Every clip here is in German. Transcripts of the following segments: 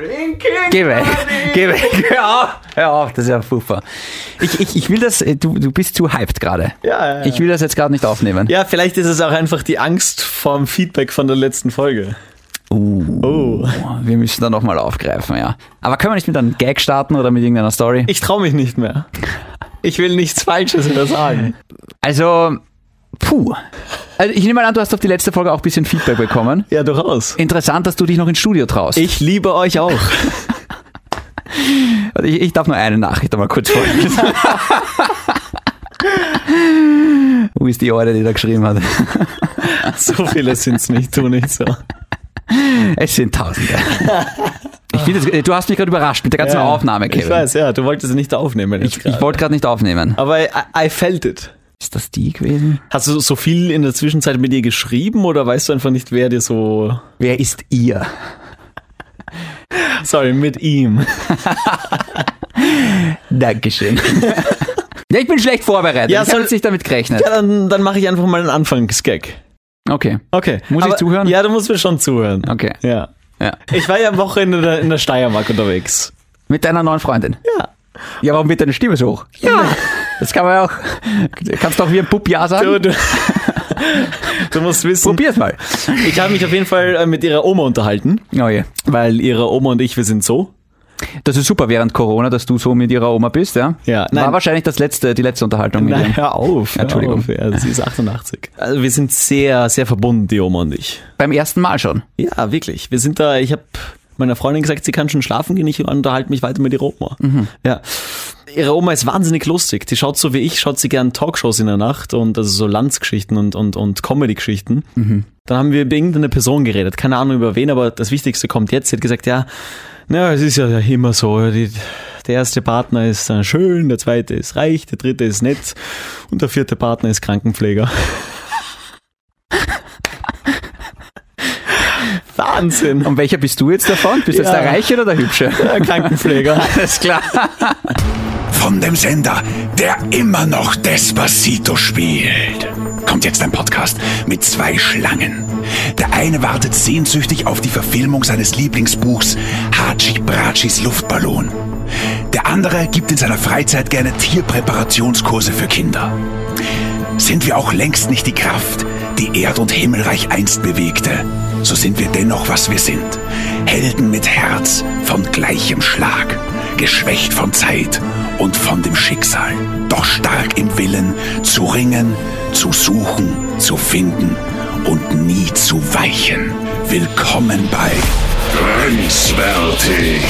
Drinking Geh weg, geh weg, hör auf, hör auf, das ist ja furchtbar. Ich, ich, ich will das, äh, du, du bist zu hyped gerade. Ja, ja, ja. Ich will das jetzt gerade nicht aufnehmen. Ja, vielleicht ist es auch einfach die Angst vorm Feedback von der letzten Folge. Oh, wir müssen da nochmal aufgreifen, ja. Aber können wir nicht mit einem Gag starten oder mit irgendeiner Story? Ich traue mich nicht mehr. Ich will nichts Falsches mehr sagen. Also, puh. Also ich nehme mal an, du hast auf die letzte Folge auch ein bisschen Feedback bekommen. Ja, durchaus. Interessant, dass du dich noch ins Studio traust. Ich liebe euch auch. Warte, Also, ich, ich darf nur eine Nachricht einmal kurz vorlesen. Wo ist die Eure, die da geschrieben hat? So viele sind's nicht, tu nicht so. Es sind Tausende. Ich finde, das- du hast mich gerade überrascht mit der ganzen Ja. Aufnahme, Kevin. Ich weiß, ja, du wolltest es nicht aufnehmen. Jetzt Ich, gerade. ich wollte gerade nicht aufnehmen. Aber I, I felt it. Ist das die gewesen? Hast du so viel in der Zwischenzeit mit ihr geschrieben oder weißt du einfach nicht, wer dir so. Wer ist ihr? Sorry, mit ihm. Dankeschön. ja, ich bin schlecht vorbereitet. Ja, ich habe soll- jetzt nicht damit gerechnet. Ja, dann, dann mache ich einfach mal einen Anfangsgag. Okay. Okay. Muss ich zuhören? Ja, du musst mir schon zuhören. Okay. Ja. Ja. Ich war ja am Wochenende in der, in der Steiermark unterwegs. Mit deiner neuen Freundin. Ja. Ja, warum wird deine Stimme so hoch? Ja. Das kann man ja auch. Kannst du auch wie ein Pup Ja sagen? Du, du, du musst wissen, Probier's mal. ich habe mich auf jeden Fall äh, mit ihrer Oma unterhalten, Oh je. weil ihre Oma und ich, wir sind so. Das ist super während Corona, dass du so mit ihrer Oma bist, ja? Ja, nein. War wahrscheinlich das letzte, die letzte Unterhaltung mit Nein, ihr. hör auf. Hör Entschuldigung. Auf. Ja, sie ist 88. Also wir sind sehr, sehr verbunden, die Oma und ich. Beim ersten Mal schon. Ja, wirklich. Wir sind da, ich habe meiner Freundin gesagt, sie kann schon schlafen gehen, ich unterhalte mich weiter mit ihrer Oma. Ja. Ihre Oma ist wahnsinnig lustig. Die schaut so wie ich, schaut sie gern Talkshows in der Nacht und also so Landsgeschichten und, und, und Comedy-Geschichten. Dann haben wir über irgendeine Person geredet. Keine Ahnung über wen, aber das Wichtigste kommt jetzt. Sie hat gesagt, ja, na, es ist ja immer so. Die, der erste Partner ist dann schön, der zweite ist reich, der dritte ist nett und der vierte Partner ist Krankenpfleger. Wahnsinn. Und welcher bist du jetzt davon? Bist du Ja. jetzt der Reiche oder der Hübsche? Äh, Krankenpfleger. Alles klar. Von dem Sender, der immer noch Despacito spielt. Kommt jetzt ein Podcast mit zwei Schlangen. Der eine wartet sehnsüchtig auf die Verfilmung seines Lieblingsbuchs Hachi Bratschis Luftballon. Der andere gibt in seiner Freizeit gerne Tierpräparationskurse für Kinder. Sind wir auch längst nicht die Kraft, die Erd- und Himmelreich einst bewegte, so sind wir dennoch, was wir sind. Helden mit Herz von gleichem Schlag, geschwächt von Zeit und von dem Schicksal, doch stark im Willen zu ringen, zu suchen, zu finden und nie zu weichen. Willkommen bei Grenzwertig.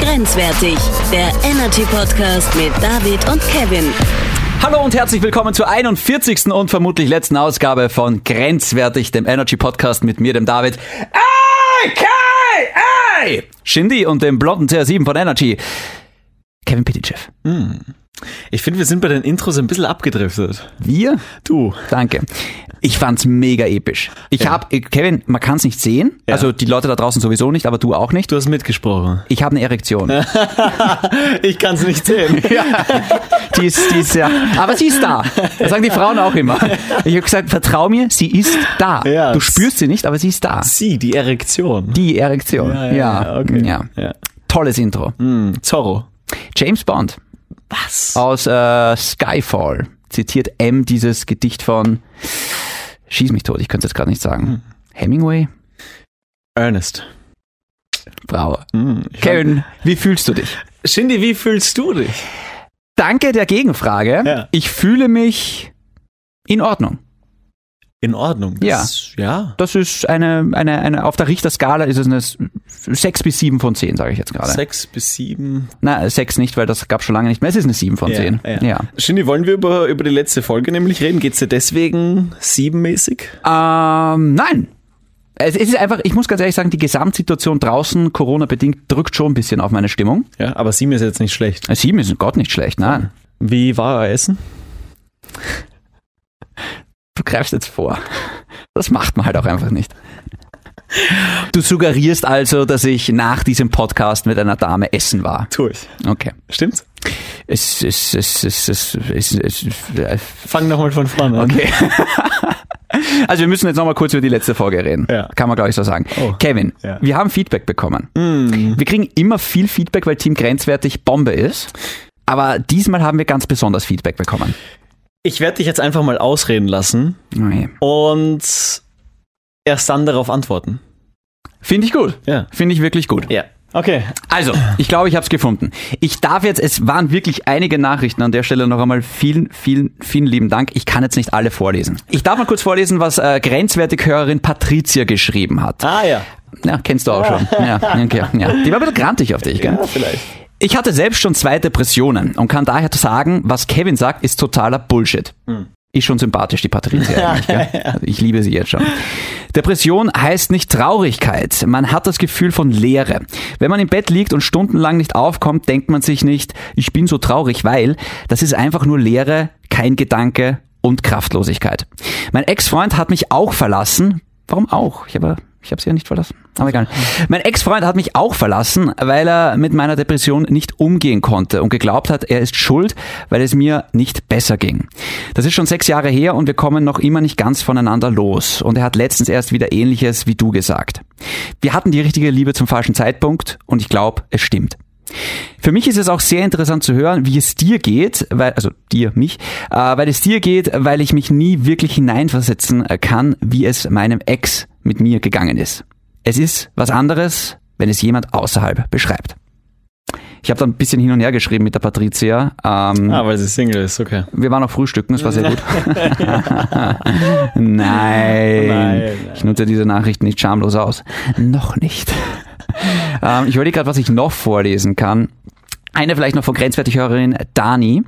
Grenzwertig, der Energy Podcast mit David und Kevin. Hallo und herzlich willkommen zur 41. und vermutlich letzten Ausgabe von Grenzwertig, dem Energy Podcast mit mir, dem David. AKI! Shindy und dem blonden CR7 von Energy. Kevin Pitychev. Ich finde, wir sind bei den Intros ein bisschen abgedriftet. Wir? Du. Danke. Ich fand's mega episch. Ich hab, äh, Kevin, man kann's nicht sehen. Ja. Also die Leute da draußen sowieso nicht, aber du auch nicht. Du hast mitgesprochen. Ich habe eine Erektion. Ich kann es nicht sehen. Die ist, die ist ja. Aber sie ist da. Das sagen die Frauen auch immer. Ich habe gesagt, vertrau mir, sie ist da. Ja. Du spürst sie nicht, aber sie ist da. Sie, die Erektion. Die Erektion. Ja, okay. ja. Ja. Hm, Tolles Intro. Zorro. James Bond Was? aus äh, Skyfall zitiert M dieses Gedicht von Schieß mich tot, ich könnte es jetzt gerade nicht sagen. Hm. Hemingway? Ernest. Bravo. Mhm. Kevin, wie fühlst du dich? Shindy, wie fühlst du dich? Danke der Gegenfrage. Ja. Ich fühle mich in Ordnung. In Ordnung. Das, ja. Das ist eine, eine, eine auf der Richterskala ist es eine S- 6 bis 7 von 10, sage ich jetzt gerade. Sechs bis sieben. Na, 6 nicht, weil das gab schon lange nicht mehr. Es ist eine 7 von 10. Ja, ja. Shindy, wollen wir über, über die letzte Folge nämlich reden? Geht's dir deswegen siebenmäßig? Ähm, nein. Es es ist einfach, ich muss ganz ehrlich sagen, die Gesamtsituation draußen, Corona-bedingt, drückt schon ein bisschen auf meine Stimmung. Ja, aber sieben ist jetzt nicht schlecht. Sieben ist Gott nicht schlecht, nein. Wie war euer Essen? Du greifst jetzt vor. Das macht man halt auch einfach nicht. Du suggerierst also, dass ich nach diesem Podcast mit einer Dame essen war. Tu ich. Okay. Stimmt's? Es, es, es, es, es, es, es, es Fang nochmal von vorne an. okay. Also wir müssen jetzt nochmal kurz über die letzte Folge reden. Ja. Kann man, glaube ich, so sagen. Oh. Kevin, Ja. wir haben Feedback bekommen. Hm. Wir kriegen immer viel Feedback, weil Team Grenzwertig Bombe ist. Aber diesmal haben wir ganz besonders Feedback bekommen. Oh Ich werde dich jetzt einfach mal ausreden lassen Okay. und erst dann darauf antworten. Finde ich gut. Ja. Finde ich wirklich gut. Ja. Okay. Also, ich glaube, ich habe es gefunden. Ich darf jetzt, es waren wirklich einige Nachrichten an der Stelle noch einmal. Vielen, vielen, vielen lieben Dank. Ich kann jetzt nicht alle vorlesen. Ich darf mal kurz vorlesen, was äh, grenzwertig Hörerin Patricia geschrieben hat. Ah ja. Ja, kennst du auch schon. Ja, okay, ja. Die war ein bisschen grantig auf dich, gell? vielleicht. Ich hatte selbst schon zwei Depressionen und kann daher sagen, was Kevin sagt, ist totaler Bullshit. Ist schon sympathisch, die Patricia eigentlich. Gell? Also ich liebe sie jetzt schon. Depression heißt nicht Traurigkeit. Man hat das Gefühl von Leere. Wenn man im Bett liegt und stundenlang nicht aufkommt, denkt man sich nicht, ich bin so traurig, weil das ist einfach nur Leere, kein Gedanke und Kraftlosigkeit. Mein Ex-Freund hat mich auch verlassen. Warum auch? Ich habe ich habe sie ja nicht verlassen. Aber egal. Mein Ex-Freund hat mich auch verlassen, weil er mit meiner Depression nicht umgehen konnte und geglaubt hat, er ist schuld, weil es mir nicht besser ging. Das ist schon sechs Jahre her und wir kommen noch immer nicht ganz voneinander los. Und er hat letztens erst wieder Ähnliches wie du gesagt. Wir hatten die richtige Liebe zum falschen Zeitpunkt und ich glaube, es stimmt. Für mich ist es auch sehr interessant zu hören, wie es dir geht, weil, also dir, mich, äh, weil es dir geht, weil ich mich nie wirklich hineinversetzen äh, kann, wie es meinem Ex mit mir gegangen ist. Es ist was anderes, wenn es jemand außerhalb beschreibt. Ich habe dann ein bisschen hin und her geschrieben mit der Patricia. Ähm, Ah, weil sie Single ist, okay. wir waren auch frühstücken, das war sehr gut. nein. nein. Ich nutze diese Nachricht nicht schamlos aus. Noch nicht. ähm, ich überlege gerade, was ich noch vorlesen kann. Eine vielleicht noch von Grenzwertighörerin Dani.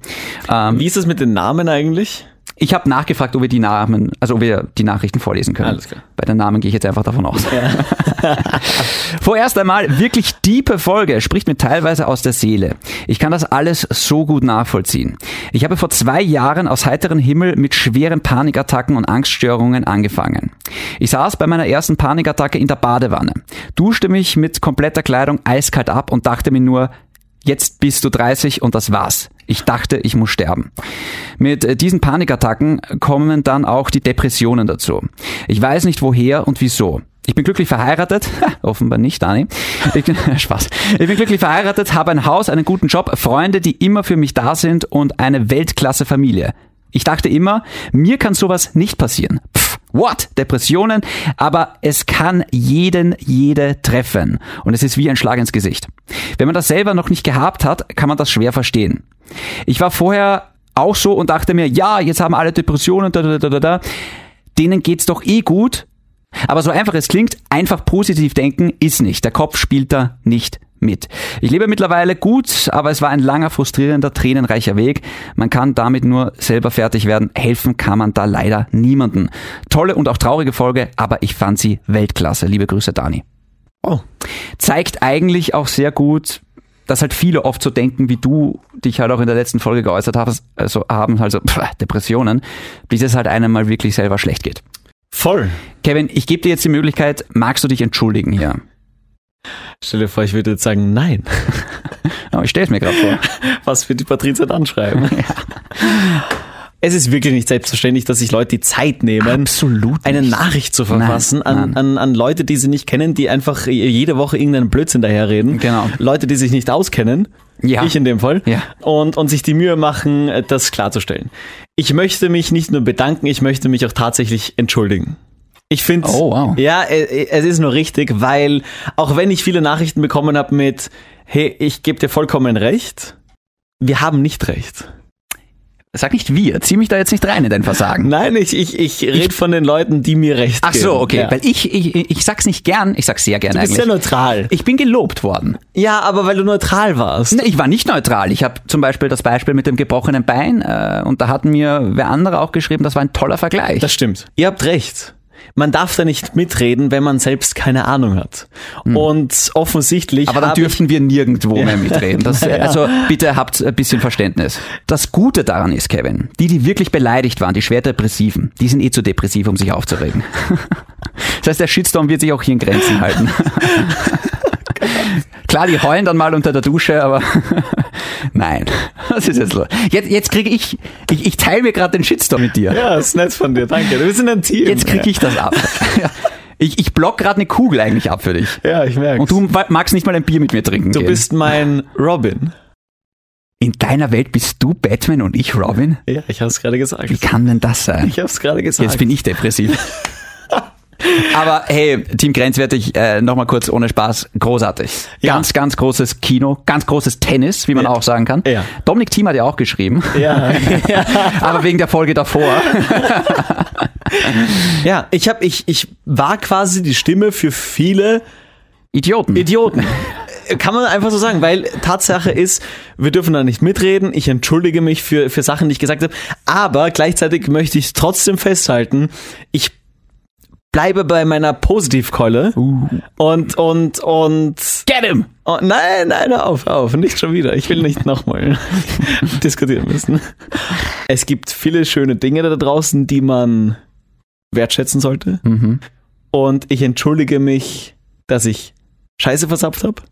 Ähm, Wie ist es mit den Namen eigentlich? ich habe nachgefragt, ob wir die Namen, also ob wir die Nachrichten vorlesen können. Alles klar. Bei den Namen gehe ich jetzt einfach davon aus. Vorerst einmal wirklich diepe Folge, spricht mir teilweise aus der Seele. Ich kann das alles so gut nachvollziehen. Ich habe vor zwei Jahren aus heiterem Himmel mit schweren Panikattacken und Angststörungen angefangen. Ich saß bei meiner ersten Panikattacke in der Badewanne, duschte mich mit kompletter Kleidung eiskalt ab und dachte mir nur, Jetzt bist du 30 und das war's. Ich dachte, ich muss sterben. Mit äh, diesen Panikattacken kommen dann auch die Depressionen dazu. Ich weiß nicht woher und wieso. Ich bin glücklich verheiratet, offenbar nicht, Dani. Ich bin, Spaß. Ich bin glücklich verheiratet, habe ein Haus, einen guten Job, Freunde, die immer für mich da sind und eine Weltklasse Familie. Ich dachte immer, mir kann sowas nicht passieren. Pff, what? Depressionen, aber es kann jeden, jede treffen. Und es ist wie ein Schlag ins Gesicht. Wenn man das selber noch nicht gehabt hat, kann man das schwer verstehen. Ich war vorher auch so und dachte mir, ja, jetzt haben alle Depressionen, da, da, da, da, da. Denen geht's doch eh gut. Aber so einfach es klingt, einfach positiv denken ist nicht. Der Kopf spielt da nicht mit. Ich lebe mittlerweile gut, aber es war ein langer, frustrierender, tränenreicher Weg. Man kann damit nur selber fertig werden. Helfen kann man da leider niemanden. Tolle und auch traurige Folge, aber ich fand sie Weltklasse. Liebe Grüße, Dani. Oh. Zeigt eigentlich auch sehr gut, dass halt viele oft so denken, wie du dich halt auch in der letzten Folge geäußert hast, also haben halt so pff, Depressionen, bis es halt einem mal wirklich selber schlecht geht. Voll. Kevin, ich gebe dir jetzt die Möglichkeit, magst du dich entschuldigen hier? Stell dir vor, ich würde jetzt sagen, nein. Oh, ich stelle es mir gerade vor. Was wird die Patrizia dann schreiben? Es ist wirklich nicht selbstverständlich, dass sich Leute die Zeit nehmen, Absolut. eine Nachricht zu verfassen Nein, an, An, an Leute, die sie nicht kennen, die einfach jede Woche irgendeinen Blödsinn daherreden. Genau. Leute, die sich nicht auskennen. Ja. Ich in dem Fall. Ja. Und, und sich die Mühe machen, äh, das klarzustellen. Ich möchte mich nicht nur bedanken, ich möchte mich auch tatsächlich entschuldigen. Ich finde, Oh, wow. ja, äh, es ist nur richtig, weil auch wenn ich viele Nachrichten bekommen habe mit, hey, ich gebe dir vollkommen recht, wir haben nicht recht. Sag nicht wir, zieh mich da jetzt nicht rein in dein Versagen. Nein, ich, ich, ich rede von den Leuten, die mir recht Ach geben. so, okay, Ja. weil ich, ich, ich sag's nicht gern, ich sag's sehr gern Du bist ja eigentlich. neutral. ich bin gelobt worden. Ja, aber weil du neutral warst. Ne, Ich war nicht neutral. Ich habe zum Beispiel das Beispiel mit dem gebrochenen Bein äh, und da hat mir wer andere auch geschrieben, das war ein toller Vergleich. Das stimmt. Ihr habt recht. Man darf da nicht mitreden, wenn man selbst keine Ahnung hat. Und offensichtlich. Hm. aber dann habe ich- dürften wir nirgendwo mehr mitreden. Das, Also bitte habt ein bisschen Verständnis. Das Gute daran ist, Kevin, die, die wirklich beleidigt waren, die schwer depressiven, die sind eh zu depressiv, um sich aufzuregen. Das heißt, der Shitstorm wird sich auch hier in Grenzen halten. Klar, die heulen dann mal unter der Dusche, aber nein, was ist jetzt los? Jetzt, jetzt kriege ich, ich, ich teile mir gerade den Shitstorm mit dir. Ja, ist nett von dir, danke. Wir sind ein Team. Jetzt kriege ich das ab. Ja. Ich, ich block gerade eine Kugel eigentlich ab für dich. Ja, ich merke. Und du magst nicht mal ein Bier mit mir trinken. Du gehen. bist mein Robin. In deiner Welt bist du Batman und ich Robin? Ja, ich habe es gerade gesagt. Wie kann denn das sein? Ich habe es gerade gesagt. Jetzt bin ich depressiv. Aber hey, Team Grenzwertig, äh, nochmal kurz ohne Spaß, großartig. Ja. Ganz, ganz großes Kino, ganz großes Tennis, wie man auch sagen kann. Ja. Dominik Thiem hat ja auch geschrieben, ja. aber wegen der Folge davor. ja, ich habe ich ich war quasi die Stimme für viele Idioten. Idioten. Kann man einfach so sagen, weil Tatsache ist, wir dürfen da nicht mitreden. Ich entschuldige mich für, für Sachen, die ich gesagt habe. Aber gleichzeitig möchte ich trotzdem festhalten, ich bleibe bei meiner Positivkeule. Und, und, und. Get him! Oh, nein, nein, hör auf, hör auf, nicht schon wieder. Ich will nicht nochmal diskutieren müssen. Es gibt viele schöne Dinge da draußen, die man wertschätzen sollte. Und ich entschuldige mich, dass ich Scheiße versapft habe.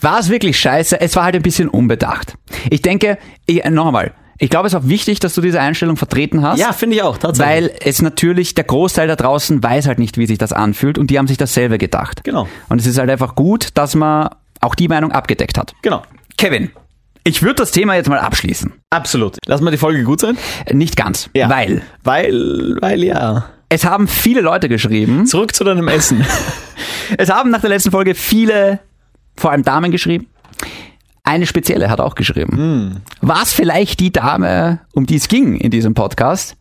War es wirklich scheiße? Es war halt ein bisschen unbedacht. Ich denke, ich, äh, noch einmal, ich glaube, es war wichtig, dass du diese Einstellung vertreten hast. Ja, finde ich auch, tatsächlich. Weil es natürlich, der Großteil da draußen weiß halt nicht, wie sich das anfühlt und die haben sich dasselbe gedacht. Genau. Und es ist halt einfach gut, dass man auch die Meinung abgedeckt hat. genau. Kevin, ich würde das Thema jetzt mal abschließen. Absolut. Lass mal die Folge gut sein. Äh, Nicht ganz, weil Weil, weil ja. es haben viele Leute geschrieben. Zurück zu deinem Essen. Es haben nach der letzten Folge viele, vor allem Damen geschrieben. Eine spezielle hat auch geschrieben. War es Hm. vielleicht die Dame, um die es ging in diesem Podcast?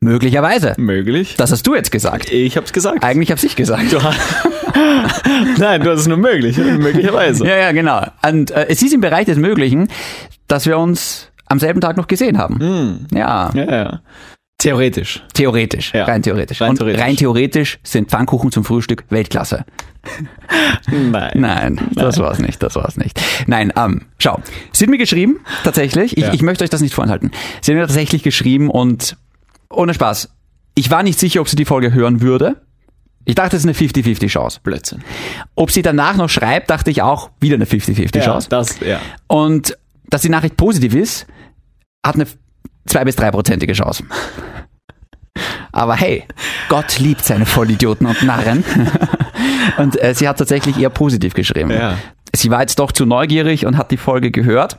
Möglicherweise. Möglich. Das hast du jetzt gesagt. Ich hab's gesagt. Eigentlich hab's ich gesagt. Du hast, nein, du hast es nur möglich. Möglicherweise. Ja, ja, genau. Und äh, es ist im Bereich des Möglichen, dass wir uns am selben Tag noch gesehen haben. Ja, Ja, ja. Theoretisch. theoretisch, Mm. Ja. rein theoretisch. Rein Und theoretisch. rein theoretisch sind Pfannkuchen zum Frühstück Weltklasse. Nein. Nein, das war's nicht, das war's nicht. Nein, ähm, schau, sie hat mir geschrieben, tatsächlich, ich, Ja. ich möchte euch das nicht vorenthalten. Sie hat mir tatsächlich geschrieben und ohne Spaß, ich war nicht sicher, ob sie die Folge hören würde. Ich dachte, es ist eine 50-50 Chance. Blödsinn. Ob sie danach noch schreibt, dachte ich auch, wieder eine 50-50 Ja, Chance. das, ja. Und dass die Nachricht positiv ist, hat eine zwei bis dreiprozentige Chance. Aber hey, Gott liebt seine Vollidioten und Narren. Und äh, sie hat tatsächlich eher positiv geschrieben. Ja. Sie war jetzt doch zu neugierig und hat die Folge gehört.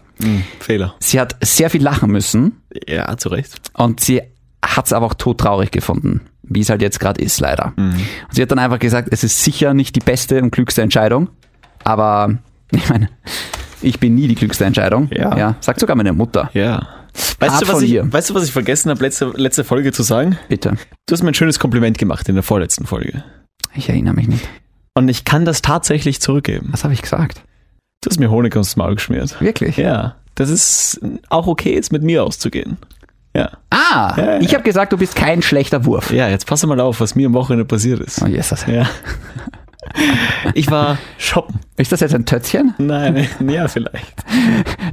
Fehler. Sie hat sehr viel lachen müssen Ja, zu Recht. und sie hat es aber auch todtraurig gefunden, wie es halt jetzt gerade ist, leider. Mhm. Und sie hat dann einfach gesagt, es ist sicher nicht die beste und klügste Entscheidung, aber ich meine, ich bin nie die klügste Entscheidung. Ja. sagt sogar meine Mutter, Ja. Weißt Ab du, was von ich, hier. weißt du, was ich vergessen habe, letzte, letzte Folge zu sagen? bitte. Du hast mir ein schönes Kompliment gemacht in der vorletzten Folge. Ich erinnere mich nicht. Und ich kann das tatsächlich zurückgeben. Was habe ich gesagt? Du hast mir Honig aufs Maul geschmiert. Wirklich? Ja. Das ist auch okay, jetzt mit mir auszugehen. Ja. Ah, Ja, ich habe gesagt, du bist kein schlechter Wurf. Ja, jetzt pass mal auf, was mir am Wochenende passiert ist. Oh, Jesus. Ja. Ich war shoppen. Ist das jetzt ein Tötzchen? Nein, ja, vielleicht.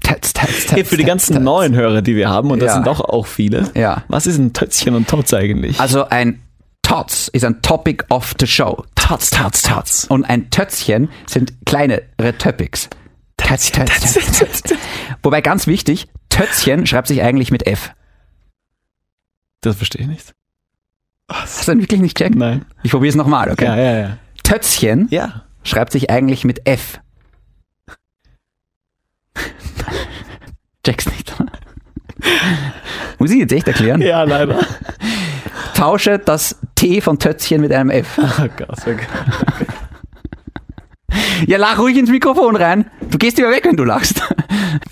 Tötz, tötz, tötz. Hey, für die tötz, ganzen tötz. neuen Hörer, die wir haben, und das Ja. sind doch auch viele. Ja. Was ist ein Tötzchen und Tots eigentlich? Also ein Tots ist ein Topic of the Show. Tots, Tots, Tots. Und ein Tötzchen sind kleinere Topics. Tötz, tötz, tötz. Wobei ganz wichtig, Tötzchen schreibt sich eigentlich mit F. Das verstehe ich nicht. Hast du denn wirklich nicht checkt? Nein. Ich probiere es nochmal, okay? Ja, ja, ja. Tötzchen Ja. schreibt sich eigentlich mit F. Checkst nicht, oder? Muss ich jetzt echt erklären? Ja, leider. Tausche das T von Tötzchen mit einem F. Oh Gott, okay. Ja, lach ruhig ins Mikrofon rein. Du gehst immer weg, wenn du lachst.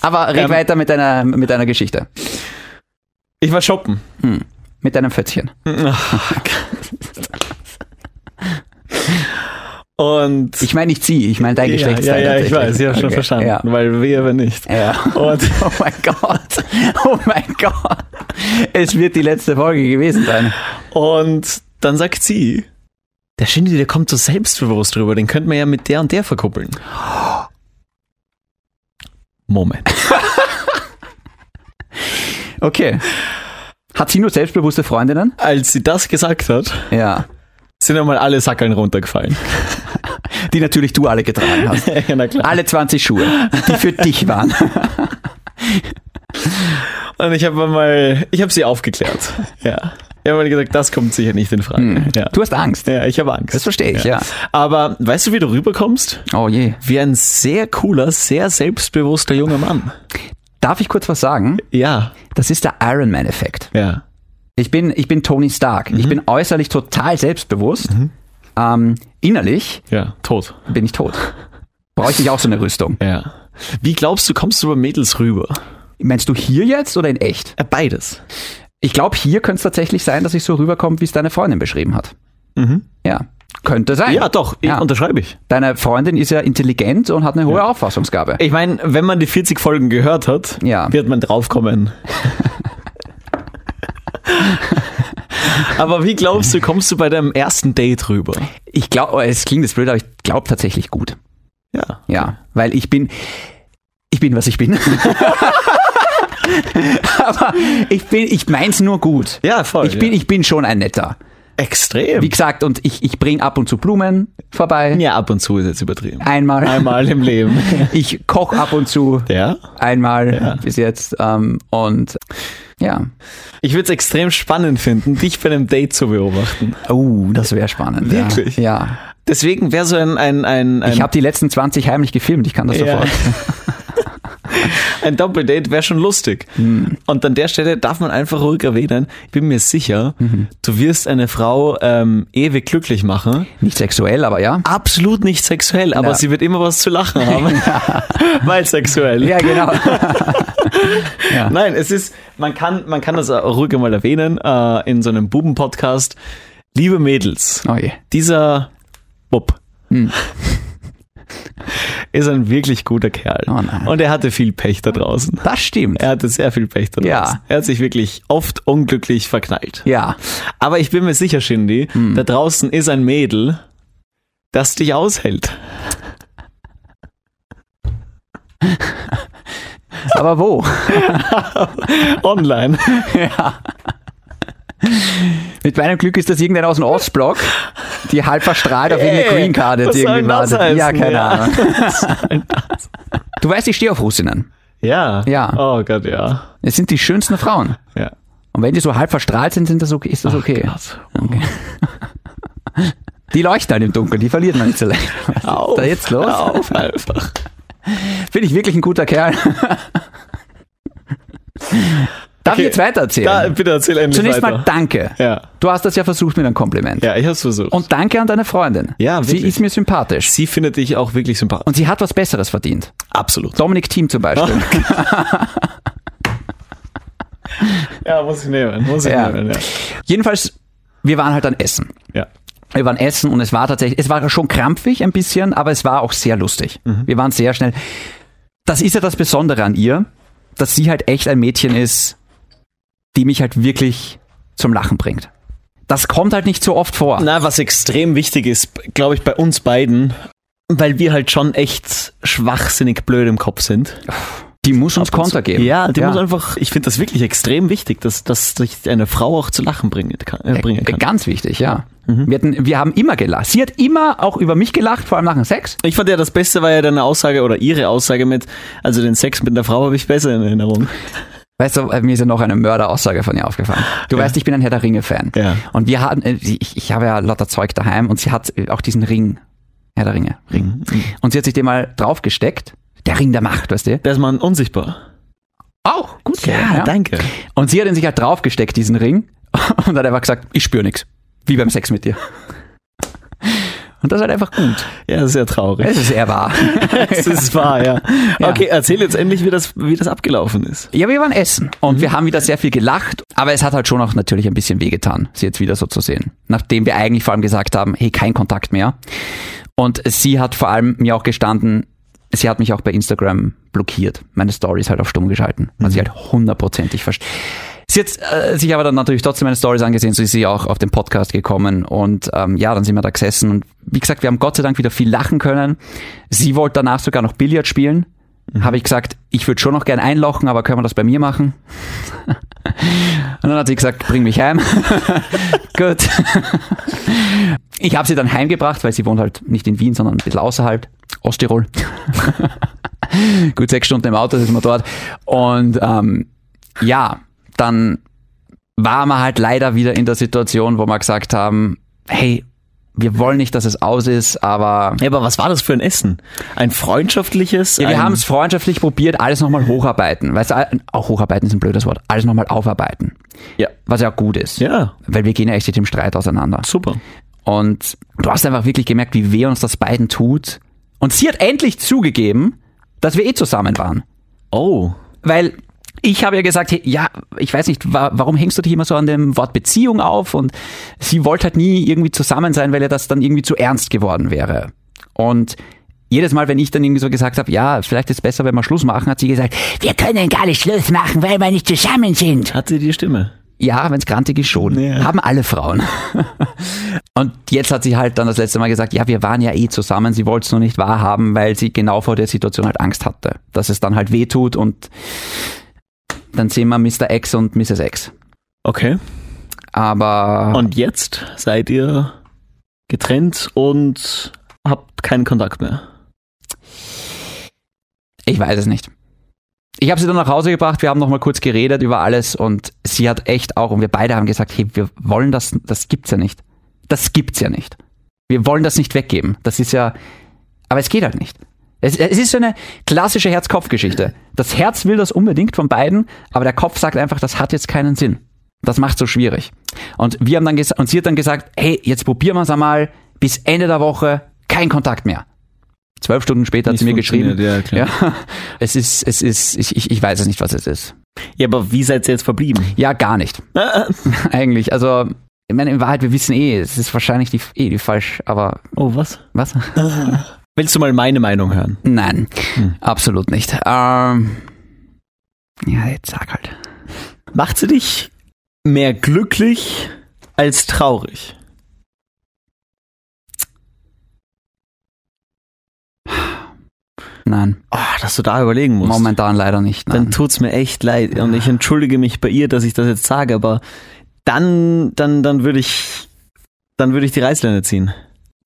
Aber red Ähm. weiter mit deiner, mit deiner Geschichte. Ich war shoppen. Mit deinem Fötzchen. Und. Ich meine nicht sie, ich meine dein ja, Geschlechtsteil. ja, ja, ich tatsächlich. weiß, ich habe schon Okay, verstanden. Ja. Weil wir aber nicht. Ja. Und Oh mein Gott. Oh mein Gott. Es wird die letzte Folge gewesen sein. Und dann sagt sie, der Shindy, der kommt so selbstbewusst drüber, den könnte man ja mit der und der verkuppeln. Moment. Okay. Hat sie nur selbstbewusste Freundinnen? Als sie das gesagt hat, Ja. sind einmal alle Sackeln runtergefallen. die natürlich du alle getragen hast. Ja, na klar. Alle 20 Schuhe, die für dich waren. Und ich habe mal, ich habe sie aufgeklärt. Ja. Hm. Ich habe mal gesagt, das kommt sicher nicht in Frage. Ja. Du hast Angst. ja, ich habe Angst. Das verstehe ich, ja. Aber weißt du, wie du rüberkommst? Oh je. Wie ein sehr cooler, sehr selbstbewusster junger Mann. Darf ich kurz was sagen? Ja, Das ist der Iron Man Effekt. ja. Ich bin, ich bin Tony Stark. Mhm. Ich bin äußerlich total selbstbewusst. Ähm, innerlich Ja, tot. bin ich tot. Brauche ich nicht auch so eine Rüstung? Ja. Wie glaubst du, kommst du bei Mädels rüber? Meinst du hier jetzt oder in echt? Äh, Beides. Ich glaube, hier könnte es tatsächlich sein, dass ich so rüberkomme, wie es deine Freundin beschrieben hat. Ja. Könnte sein. Mhm. Ja, doch, Ja. unterschreibe ich. Deine Freundin ist ja intelligent und hat eine hohe Auffassungsgabe. Ich meine, wenn man die 40 Folgen gehört hat, Ja. wird man draufkommen. Aber wie glaubst du, kommst du bei deinem ersten Date rüber? Ich glaube, es klingt jetzt blöd, aber ich glaube tatsächlich gut. Ja. Ja, weil ich bin, ich bin, was ich bin. Aber ich bin, ich mein's nur gut. Ja, voll. Ich bin, ich bin schon ein netter. extrem. Wie gesagt, und ich, ich bringe ab und zu Blumen vorbei. ja, ab und zu ist jetzt übertrieben. Einmal. Einmal im Leben. Ich koche ab und zu. Ja. Einmal bis jetzt. Ähm, und ja. Ich würde es extrem spannend finden, dich bei einem Date zu beobachten. Oh, das wäre spannend. Wirklich? Ja. Deswegen wäre so ein, ein, ein, ja. ein, Ich habe die letzten 20 heimlich gefilmt, ich kann das Ja. sofort. ein Doppeldate wäre schon lustig. Und an der Stelle darf man einfach ruhig erwähnen, ich bin mir sicher, du wirst eine Frau ähm, ewig glücklich machen. Nicht sexuell, aber ja. Absolut nicht sexuell, aber Ja. sie wird immer was zu lachen haben. Weil sexuell. Ja, genau. Nein, es ist, man kann, man kann das auch ruhig mal erwähnen, äh, in so einem Buben-Podcast. Liebe Mädels, Oh je. dieser Bub Hm. ist ein wirklich guter Kerl. Oh nein. Und er hatte viel Pech da draußen. Das stimmt. Er hatte sehr viel Pech da Ja. draußen. Er hat sich wirklich oft unglücklich verknallt. Ja. Aber ich bin mir sicher, Shindy, Hm. da draußen ist ein Mädel, das dich aushält. Aber wo? Online. Mit meinem Glück ist das irgendein aus dem Ostblock, die halb verstrahlt auf irgendeine Ey, Green Card jetzt was soll irgendwie das wartet. heißen? Ja, keine Ja. Ahnung. Du weißt, ich stehe auf Russinnen. ja. Ja. Oh Gott, ja. Es sind die schönsten Frauen. Ja. Und wenn die so halb verstrahlt sind, sind das okay, ist das okay. Gott. Mhm. Die leuchten halt im Dunkeln, die verliert man nicht so leicht. Was Auf, ist da jetzt los? Auf einfach. Bin ich wirklich ein guter Kerl? Darf Okay, ich jetzt weitererzählen? Da, bitte erzähl endlich Zunächst weiter. mal danke. Ja. Du hast das ja versucht mit einem Kompliment. Ja, ich hab's versucht. Und danke an deine Freundin. Ja, Sie wirklich. ist mir sympathisch. sie findet dich auch wirklich sympathisch. Und sie hat was Besseres verdient. Absolut. Dominik Thiem zum Beispiel. Ja, muss ich nehmen. Muss ich Ja. nehmen, ja. Jedenfalls, wir waren halt an Essen. ja. Wir waren essen und es war tatsächlich, es war schon krampfig ein bisschen, aber es war auch sehr lustig. Mhm. Wir waren sehr schnell. Das ist ja das Besondere an ihr, dass sie halt echt ein Mädchen ist, die mich halt wirklich zum Lachen bringt. Das kommt halt nicht so oft vor. Na, was extrem wichtig ist, glaube ich, bei uns beiden, weil wir halt schon echt schwachsinnig blöd im Kopf sind. Die muss uns Konter geben. Ja, die muss einfach, ich finde das wirklich extrem wichtig, dass, dass sich eine Frau auch zu lachen bringen kann. Äh, bringen Mhm. kann. Ganz wichtig, ja. Wir, hatten, wir haben immer gelacht. Sie hat immer auch über mich gelacht, vor allem nach dem Sex. Ich fand ja, das Beste war ja deine Aussage oder ihre Aussage mit, also den Sex mit einer Frau habe ich besser in Erinnerung. Weißt du, äh, mir ist ja noch eine Mörderaussage von ihr aufgefallen. Du weißt, ich bin ein Herr der Ringe-Fan. Ja. Und wir hatten, äh, ich, ich habe ja lauter Zeug daheim und sie hat äh, auch diesen Ring, Herr der Ringe, Ring. Und sie hat sich den mal draufgesteckt. Der Ring der Macht, weißt du? Da ist man unsichtbar. Auch, gut. danke. Und sie hat ihn sich halt draufgesteckt, diesen Ring. Und hat einfach gesagt, ich spüre nichts. Wie beim Sex mit dir. Und das ist halt einfach gut. Ja, sehr traurig. Es ist eher wahr. Das ist wahr, ja. Ja. Okay, erzähl jetzt endlich, wie das, wie das abgelaufen ist. Ja, wir waren essen und wir haben wieder sehr viel gelacht, aber es hat halt schon auch natürlich ein bisschen wehgetan, sie jetzt wieder so zu sehen. Nachdem wir eigentlich vor allem gesagt haben, hey, kein Kontakt mehr. Und sie hat vor allem mir auch gestanden, sie hat mich auch bei Instagram blockiert, meine Stories halt auf stumm geschalten, weil sie halt hundertprozentig versteht. Sie hat äh, sich aber dann natürlich trotzdem meine Stories angesehen, so ist sie auch auf den Podcast gekommen und ähm, ja, dann sind wir da gesessen und wie gesagt, wir haben Gott sei Dank wieder viel lachen können. Sie wollte danach sogar noch Billard spielen. habe ich gesagt, ich würde schon noch gern einlochen, aber können wir das bei mir machen? Und dann hat sie gesagt, bring mich heim. Gut. Ich habe sie dann heimgebracht, weil sie wohnt halt nicht in Wien, sondern ein bisschen außerhalb, Osttirol. Gut sechs Stunden im Auto sind wir dort. Und ähm, ja, dann war man halt leider wieder in der Situation, wo wir gesagt haben, hey, wir wollen nicht, dass es aus ist, aber Ja, aber was war das für ein Essen? Ein freundschaftliches? ja, wir ein- haben es freundschaftlich probiert, alles nochmal hocharbeiten. Weißt du, all- auch hocharbeiten ist ein blödes Wort, alles nochmal aufarbeiten, Ja. was ja auch gut ist. Ja, Weil wir gehen ja echt mit dem Streit auseinander. super. Und du hast einfach wirklich gemerkt, wie weh uns das beiden tut. Und sie hat endlich zugegeben, dass wir eh zusammen waren. Oh. Weil ich habe ja gesagt, hey, ja, ich weiß nicht, wa warum hängst du dich immer so an dem Wort Beziehung auf? Und sie wollte halt nie irgendwie zusammen sein, weil ihr das dann irgendwie zu ernst geworden wäre. Und jedes Mal, wenn ich dann irgendwie so gesagt habe, ja, vielleicht ist es besser, wenn wir Schluss machen, hat sie gesagt, wir können gar nicht Schluss machen, weil wir nicht zusammen sind. Hatte die Stimme. Ja, wenn's grantig ist schon. Ja. Haben alle Frauen. Und jetzt hat sie halt dann das letzte Mal gesagt, ja, wir waren ja eh zusammen, sie wollte es nur nicht wahrhaben, weil sie genau vor der Situation halt Angst hatte, dass es dann halt wehtut und dann sehen wir Mr. X und Mrs. X. Okay. Aber Und jetzt seid ihr getrennt und habt keinen Kontakt mehr. ich weiß es nicht. Ich habe sie dann nach Hause gebracht, wir haben nochmal kurz geredet über alles und sie hat echt auch, und wir beide haben gesagt, hey, wir wollen das, das gibt's ja nicht. Das gibt's ja nicht. Wir wollen das nicht weggeben. Das ist ja, aber es geht halt nicht. Es, es ist so eine klassische Herz-Kopf-Geschichte. Das Herz will das unbedingt von beiden, aber der Kopf sagt einfach, das hat jetzt keinen Sinn. Das macht so schwierig. Und wir haben dann gesa- und sie hat dann gesagt, hey, jetzt probieren wir es einmal, bis Ende der Woche kein Kontakt mehr. Zwölf Stunden später hat Nicht sie mir geschrieben. funktioniert, ja, klar. es ist, es ist, ich, ich, ich weiß es nicht, was es ist. Ja, aber wie seid ihr jetzt verblieben? Ja, gar nicht. Eigentlich. Also, ich meine, in Wahrheit, wir wissen eh, es ist wahrscheinlich die, eh die falsch, aber Oh, was? was? Willst du mal meine Meinung hören? Nein, absolut nicht. Ähm, ja, jetzt sag halt. Macht sie dich mehr glücklich als traurig? Nein, Oh, dass du da überlegen musst. momentan leider nicht. Dann Nein. tut's mir echt leid und ich entschuldige mich bei ihr, dass ich das jetzt sage, aber dann, dann, dann würde ich, dann würde ich die Reißleine ziehen.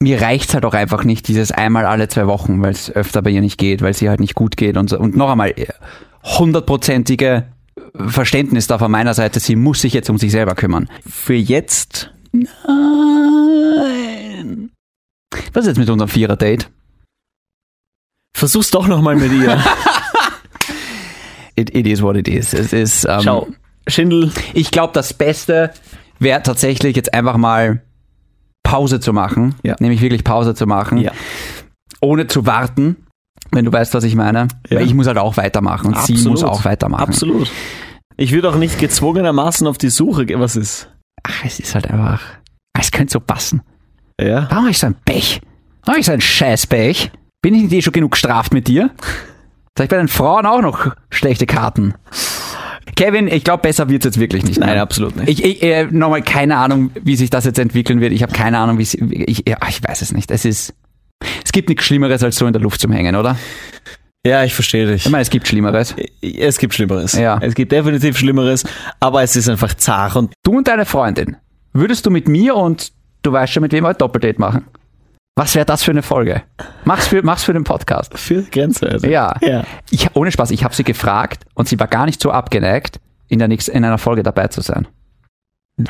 Mir reicht's halt auch einfach nicht, dieses einmal alle zwei Wochen, weil es öfter bei ihr nicht geht, weil es ihr halt nicht gut geht und so. Und noch einmal, eh, hundertprozentige äh, Verständnis da von meiner Seite, sie muss sich jetzt um sich selber kümmern. Für jetzt Nein. Was ist jetzt mit unserem Vierer-Date? versuch's doch nochmal mit ihr. It, it is what it is. Es ist, ähm, Schau, Schindel, Ich glaube, das Beste wäre tatsächlich jetzt einfach mal Pause zu machen. Ja. Nämlich wirklich Pause zu machen. Ja. Ohne zu warten, wenn du weißt, was ich meine. Ja. Weil ich muss halt auch weitermachen und sie Absolut. muss auch weitermachen. absolut. Ich würde auch nicht gezwungenermaßen auf die Suche gehen. Was ist? Ach, es ist halt einfach. Es könnte so passen. Ja. Warum habe ich so ein Pech? Warum habe ich so ein Scheißpech? Bin ich nicht eh schon genug gestraft mit dir? Sag ich bei den Frauen auch noch schlechte Karten. Kevin, ich glaube, besser wird's jetzt wirklich nicht. Nein, mehr. absolut nicht. Ich, ich äh, nochmal keine Ahnung, wie sich das jetzt entwickeln wird. Ich habe keine Ahnung, wie es- ich, ja, ich weiß es nicht. Es ist es gibt nichts Schlimmeres als so in der Luft zum Hängen, oder? Ja, ich verstehe dich. Ich meine, es gibt Schlimmeres. Es gibt Schlimmeres. Ja. Es gibt definitiv Schlimmeres, aber es ist einfach zart und Du und deine Freundin, würdest du mit mir und du weißt schon, mit wem wir ein Doppeldate machen? Was wäre das für eine Folge? Mach's für, mach's für den Podcast. für Grenze. Also. Ja. ja. Ich, ohne Spaß, ich habe sie gefragt und sie war gar nicht so abgeneigt, in, der nächsten, in einer Folge dabei zu sein. Nein.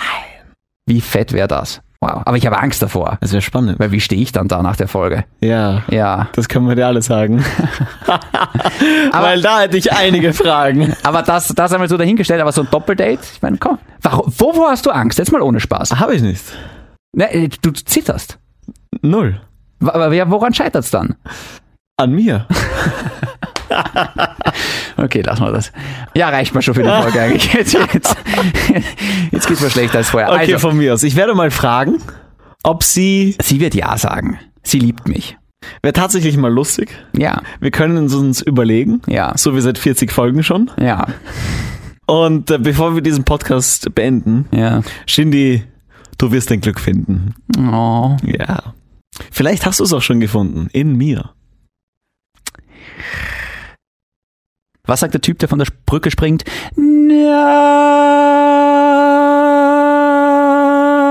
Wie fett wäre das? Wow. Aber ich habe Angst davor. Das wäre spannend. Weil wie stehe ich dann da nach der Folge? Ja. Ja. Das können wir dir alle sagen. Weil da hätte ich einige Fragen. Aber das, das haben wir so dahingestellt, aber so ein Doppeldate, ich meine, komm. Warum, wovor hast du Angst? Jetzt mal ohne Spaß. Habe ich nicht. Ne, äh, du zitterst. Null. W- Aber ja, woran scheitert's dann? An mir. Okay, lassen wir das. Ja, reicht mal schon für die Folge eigentlich. Jetzt, jetzt, jetzt geht's mir schlechter als vorher. Okay, also, von mir aus. Ich werde mal fragen, ob sie. sie wird ja sagen. Sie liebt mich. Wäre tatsächlich mal lustig. Ja, Wir können uns uns überlegen. ja, So wie seit 40 Folgen schon. ja, Und äh, bevor wir diesen Podcast beenden, ja. Shindy, du wirst dein Glück finden. Oh. Ja. Vielleicht hast du es auch schon gefunden. In mir. Was sagt der Typ, der von der Brücke springt?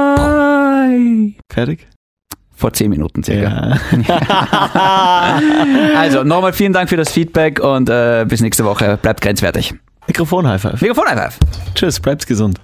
Nein. Fertig? Vor zehn Minuten circa. Ja. Also nochmal vielen Dank für das Feedback und äh, bis nächste Woche. Bleibt grenzwertig. Mikrofon High Five. Mikrofon einfach. Tschüss, bleibt gesund.